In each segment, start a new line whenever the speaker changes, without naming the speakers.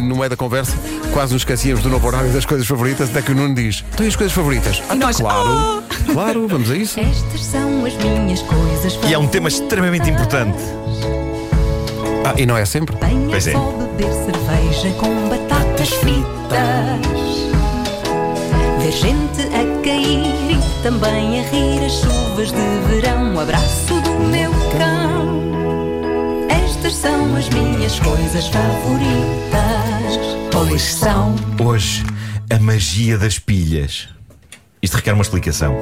meio da conversa, quase nos esquecíamos do novo horário das coisas favoritas, até que o Nuno diz: Tem as coisas favoritas. Ah,
E
tá
nós, "Oh!" É
claro, claro, vamos a isso.
Estas são as minhas coisas
E é um tema extremamente importante.
Ah, e não é sempre?
Venha
Pois é.
só beber cerveja com batatas fritas. Ver gente a cair e também a rir as chuvas de verão. O abraço do meu cão. Estas são as minhas coisas favoritas. Pois são.
Hoje, a magia das pilhas. Isto requer uma explicação.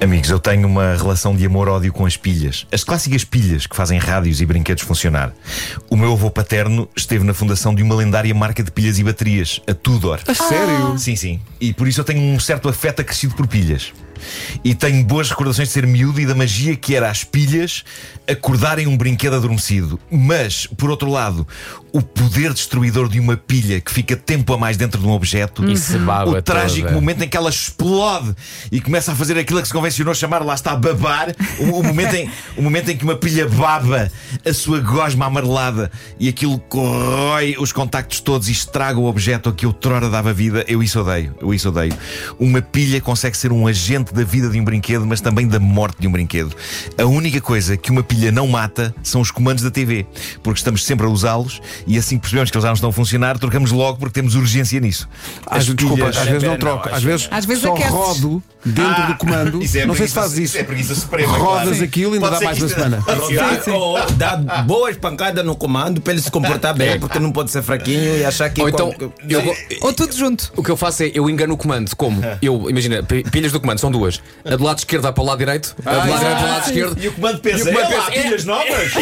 Amigos, eu tenho uma relação de amor-ódio com as pilhas. As clássicas pilhas que fazem rádios e brinquedos funcionar. O meu avô paterno esteve na fundação de uma lendária marca de pilhas e baterias, a Tudor.
Sério?
Sim, sim. E por isso eu tenho um certo afeto acrescido por pilhas. E tenho boas recordações de ser miúdo e da magia que era as pilhas acordarem um brinquedo adormecido. Mas, por outro lado, o poder destruidor de uma pilha que fica tempo a mais dentro de um objeto.
Uhum.
E se baba
O trágico
toda.
momento em que ela explode e começa a fazer aquilo que se convencionou chamar, lá está, babar. O, o momento em, o momento em que uma pilha baba a sua gosma amarelada e aquilo corrói os contactos todos e estraga o objeto a que outrora dava vida. Eu isso odeio, eu isso odeio. Uma pilha consegue ser um agente da vida de um brinquedo, mas também da morte de um brinquedo. A única coisa que uma pilha não mata são os comandos da TV, porque estamos sempre a usá-los e assim que percebemos que eles já não estão a funcionar, trocamos logo porque temos urgência nisso.
Às,
As
desculpa,
pilhas- É
às vezes não
Não,
troco,
acho-
às vezes,
Às vezes
só
aqueces.
rodo dentro do comando.
Isso é
não sei se
preguiça-
fazes isso.
é preguiça suprema.
Rodas
claro.
aquilo e ainda
Pode
dá
ser
mais
que
uma
isto-
semana.
Pode ser que
Dá,
isto-
ou dá boas pancadas no comando para ele se comportar bem, porque não pode ser fraquinho e achar que.
Ou então,
qual-
eu go-
Ou tudo junto.
o que eu faço é eu engano o comando. Como?
É.
Eu, imagina, pi- pilhas do comando são duas. A do lado esquerdo vai para o lado direito, a do lado direito para o lado esquerdo.
Ah, E o comando pensa,
E o comando
"É lá,
pensa, é-
pilhas novas?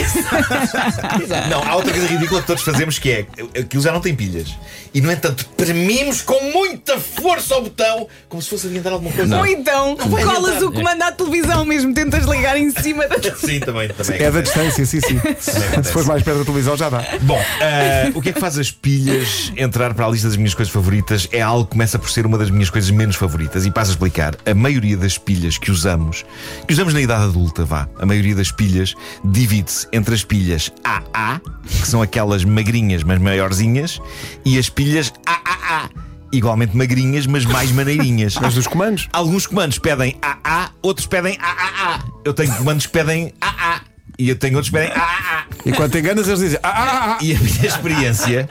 não, há outra coisa ridícula que todos fazemos que é que usar não tem pilhas. E no entanto, premimos com muita força ao botão, como se fosse adiantar alguma coisa.
Ou então colas o comando à televisão mesmo, tentas ligar em cima da.
Sim, também, também.
É da distância, sim, sim. Se
acontece.
for mais perto da televisão, já dá.
Bom, eh, o que é que faz as pilhas entrar para a lista das minhas coisas favoritas? É algo que começa por ser uma das minhas coisas menos favoritas. E passo a explicar. A maioria das pilhas que usamos, que usamos na idade adulta, vá, a maioria das pilhas divide-se entre as pilhas AA, que são aquelas magrinhas, mas maiorzinhas, e as pilhas AAA, igualmente magrinhas, mas mais maneirinhas.
Mas dos comandos.
Alguns comandos pedem AA, outros pedem AAA. Eu tenho comandos que pedem AA. E eu tenho outros que pedem AAA.
E quando te enganas, eles dizem: "Ah, ah, ah, ah."
E a minha experiência,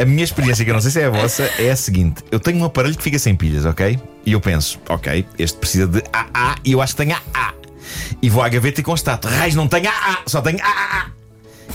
a minha experiência, que eu não sei se é a vossa, é a seguinte: eu tenho um aparelho que fica sem pilhas, ok? E eu penso, ok, este precisa de AA e eu acho que tem AA. E vou à gaveta e constato: raiz não tem AA, só tem AAA.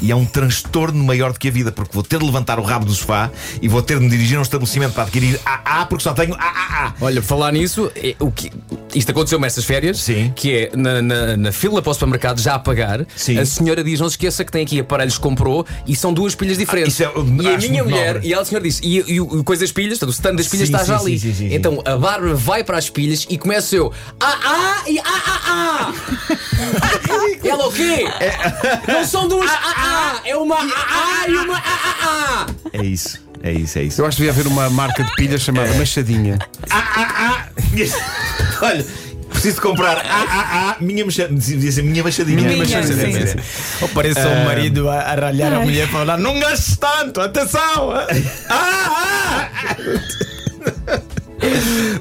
E é um transtorno maior do que a vida, porque vou ter de levantar o rabo do sofá e vou ter de me dirigir a um estabelecimento para adquirir AA, porque só tenho AAA.
Olha, por falar nisso, é, o que, isto aconteceu-me estas férias,
Sim.
que é na, na- na fila para o supermercado já a pagar,
Sim.
a senhora diz: não se esqueça que tem aqui aparelhos que comprou e são duas pilhas diferentes.
Ah, isso é- eu
e a
acho
minha
muito
mulher,
nobre.
e ela a senhora disse, e, e o e o coisa das pilhas, portanto, o stand das pilhas
Sim,
está já
sim,
ali.
sim, sim, sim.
então a Bárbara vai para as pilhas e começa eu, ah, ah, e ah, ah, ah. ela o quê?
É.
não são duas ah, ah, é uma ah, ah e uma ah, ah, ah.
É isso, é isso, é isso.
Eu acho que devia haver uma marca de pilhas chamada Machadinha.
AAA. Olha, preciso comprar AAA, minha machadinha. Devia ser minha machadinha.
Minha machadinha,
Devia
sim.
ser.
Ou parece o marido a, a ralhar a mulher e falar: não gastes tanto, atenção!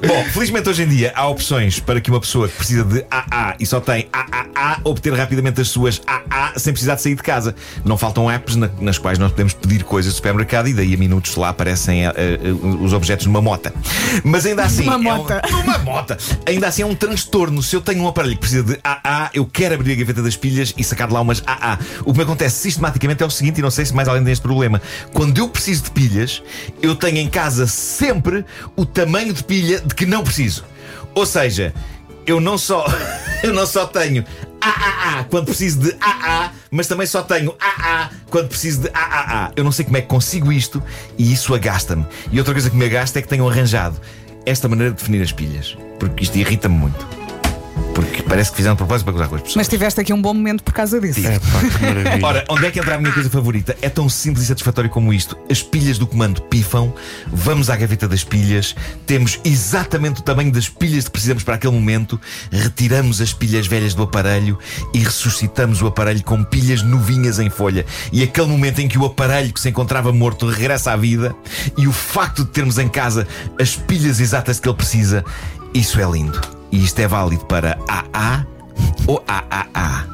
Bom, felizmente hoje em dia há opções para que uma pessoa que precisa de AA e só tem AAA obter rapidamente as suas AA sem precisar de sair de casa. Não faltam apps na- nas quais nós podemos pedir coisas do supermercado e daí a minutos lá aparecem eh, eh, os objetos numa mota. Mas ainda assim.
Numa
é um-
mota.
numa mota. Ainda assim é um transtorno. Se eu tenho um aparelho que precisa de AA, eu quero abrir a gaveta das pilhas e sacar de lá umas AA. O que me acontece sistematicamente é o seguinte, e não sei se mais alguém tem este problema. Quando eu preciso de pilhas, eu tenho em casa sempre o tamanho de pilha de que não preciso. Ou seja, eu não só, eu não só tenho AAA quando preciso de AA, mas também só tenho AA quando preciso de AAA. Eu não sei como é que consigo isto e isso agasta-me. E outra coisa que me agasta é que tenham arranjado esta maneira de definir as pilhas, porque isto irrita-me muito. Porque parece que fizeram de propósito para gozar com as pessoas.
Mas tiveste aqui um bom momento por causa disso.
É pá, que maravilha.
Ora, onde é que entra a minha coisa favorita? É tão simples e satisfatório como isto. As pilhas do comando pifam, vamos à gaveta das pilhas, temos exatamente o tamanho das pilhas que precisamos para aquele momento, retiramos as pilhas velhas do aparelho e ressuscitamos o aparelho com pilhas novinhas em folha. E aquele momento em que o aparelho que se encontrava morto regressa à vida e o facto de termos em casa as pilhas exatas que ele precisa, isso é lindo. E isto é válido para AA ou AAA.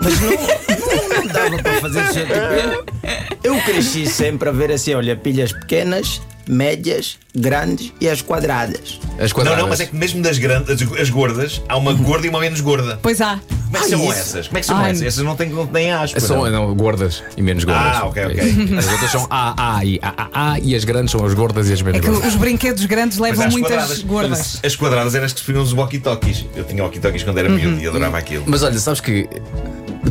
Não dava para fazer isso. Tipo, eu, eu cresci sempre a ver assim, olha, pilhas pequenas, médias, grandes e as quadradas.
As
Não,
quadradas.
não, mas é que mesmo das grandes, as- as gordas, há uma gorda e uma menos gorda.
Pois há.
Como é que
Ah,
são
isso.
essas? Como é que são
Ai.
essas? Essas não têm não têm aspas.
São não, gordas e menos gordas.
Ah, ok,
É
ok.
isso. As outras são A, A e A, A, A e as grandes são as gordas e as menos
É que
gordas.
os brinquedos grandes
Mas
levam
há as
muitas
quadradas.
gordas.
As quadradas eram as que subiam os walkie-talkies. Eu tinha walkie-talkies quando era miúdo e adorava aquilo.
Mas olha, sabes que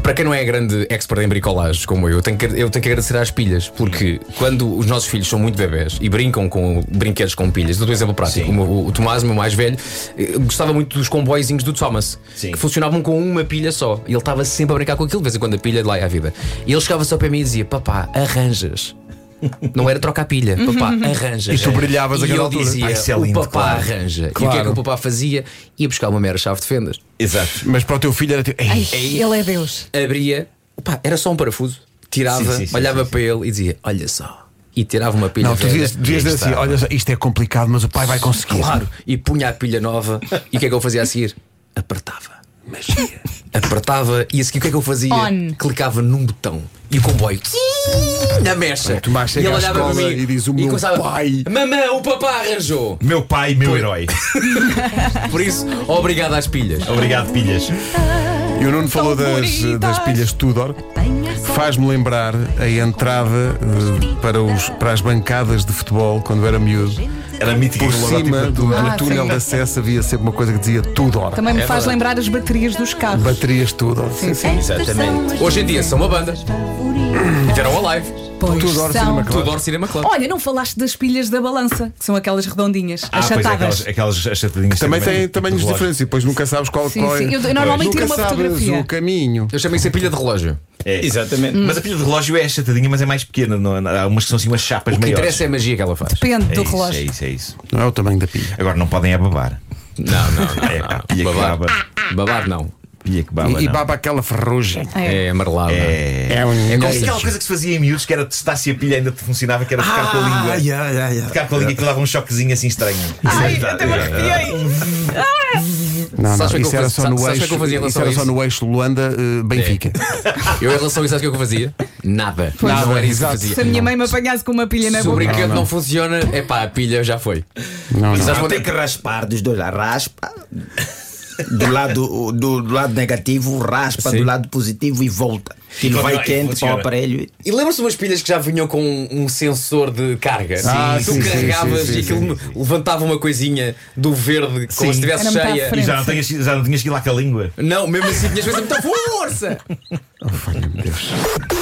para quem não é grande expert em bricolagens como eu, eu tenho que, eu tenho que agradecer às pilhas, porque quando os nossos filhos são muito bebés e brincam com brinquedos com pilhas, dou um exemplo prático. O, meu- o Tomás, o meu mais velho, eh, gostava muito dos comboizinhos do Thomas,
Sim.
que funcionavam com uma pilha só. E ele estava sempre a brincar com aquilo, de vez em quando a pilha de lá é a vida. E ele chegava só para mim e dizia: Papá, arranjas. Não era trocar a pilha, papá, arranja.
E tu brilhavas
E
àquela
eu
altura.
Dizia,
Ai, isso é
o
lindo,
papá
claro.
arranja. E o que é
Claro.
que o papá fazia? Ia buscar uma mera chave de fendas
Exato.
Mas para o teu filho era tipo. Ei,
Ai, ele é Deus.
abria, pá, era só um parafuso, tirava,
Sim, sim, sim,
olhava
sim, sim.
para ele e dizia: Olha só. E tirava uma pilha.
não, tu
velha
devias, devias
e
dizer assim:
estava.
olha, só, isto é complicado, mas o pai vai conseguir.
Claro, e punha a pilha nova. E o que é que eu fazia a seguir? Apertava. Magia. Apertava e a seguir o que é que eu fazia?
On.
Clicava num botão e o comboio tsim, na mecha.
Tu mais
e
chega à escola e diz, "O meu
começava,
pai."
Mamã, o papá arranjou.
Meu pai, meu herói.
Por isso, obrigado às pilhas.
Obrigado, pilhas.
E o Nuno falou das,
bonitas.
das pilhas Tudor. Faz-me lembrar a entrada eh, para, os, para as bancadas de futebol quando eu era miúdo.
Era mítico
Por
o logotipo
cima
da
do, do
Ah,
túnel
sim.
de acesso havia sempre uma coisa que dizia Tudor.
Também
É
me faz lembrar as baterias dos carros.
Baterias Tudor.
Sim, sim.
Exatamente. Hoje em dia são uma banda. E deram a live.
Pois
Tudor
são.
Cinema Club.
Tudor Cinema Club.
Olha, não falaste das pilhas da balança, que são aquelas redondinhas,
Ah, pois,
achatadas.
aquelas, aquelas achatadinhas.
Também
também,
tem tamanhos
tipo de
diferentes e depois nunca sabes qual,
Sim,
qual é.
sim. Eu- eu normalmente
nunca
tiro uma
sabes
fotografia.
o caminho.
Eu chamei isso a pilha de relógio.
É.
Exatamente.
Mas a pilha de relógio é achatadinha, mas é mais pequena. Não, é- há umas que são assim umas chapas
O que
maiores.
interessa é a magia que ela faz.
Depende
É
do
isso,
relógio.
É isso, é isso.
Não é o tamanho da pilha.
Agora não podem é babar.
Não, não, não.
É pá, pilha que
Babar.
baba.
Babar não.
Pilha que baba.
E, e
não.
baba aquela ferrugem.
É.
É amarelado.
É.
É um
É
Como
como-
aquela coisa que se fazia em miúdos que era testar se a pilha ainda te funcionava, que era ficar com a língua.
yeah, yeah, yeah.
Ficar com a língua que dava um choquezinho assim estranho. Ai, até me
Não,
Sabes o que
não, isso
é que eu
era
fazia-
só
sabes
no
o que é que eu
eixo.
fazia em
Isso
relação
era
a
só
isso?
no eixo eh, Luanda-Benfica.
Eu, em relação a isso, sabes o que é que eu fazia? Nada. Nada não era isso que eu
Se a
fazia.
minha mãe me apanhasse com uma pilha na
Se o
boca.
brinquedo não, funciona, é pá, a pilha já foi.
Não, não.
Sabes
Não,
quando- é
tem que raspar dos dois lados. Raspa do lado, do, do lado negativo, raspa
Sim.
do lado positivo e volta. Aquilo
E
vai
vai,
quente
funciona.
para o aparelho.
E lembras-te de umas pilhas que já vinham com um um sensor de carga?
Ah,
tu
sim, sim,
carregavas
sim, sim,
e aquilo levantava uma coisinha do verde como se estivesse
Era metade
cheia.
frente.
E já não, tinhas, já não tinhas que ir lá com a língua.
Não, mesmo assim tinhas que fazer muita força!
Ai, Oh, meu Deus.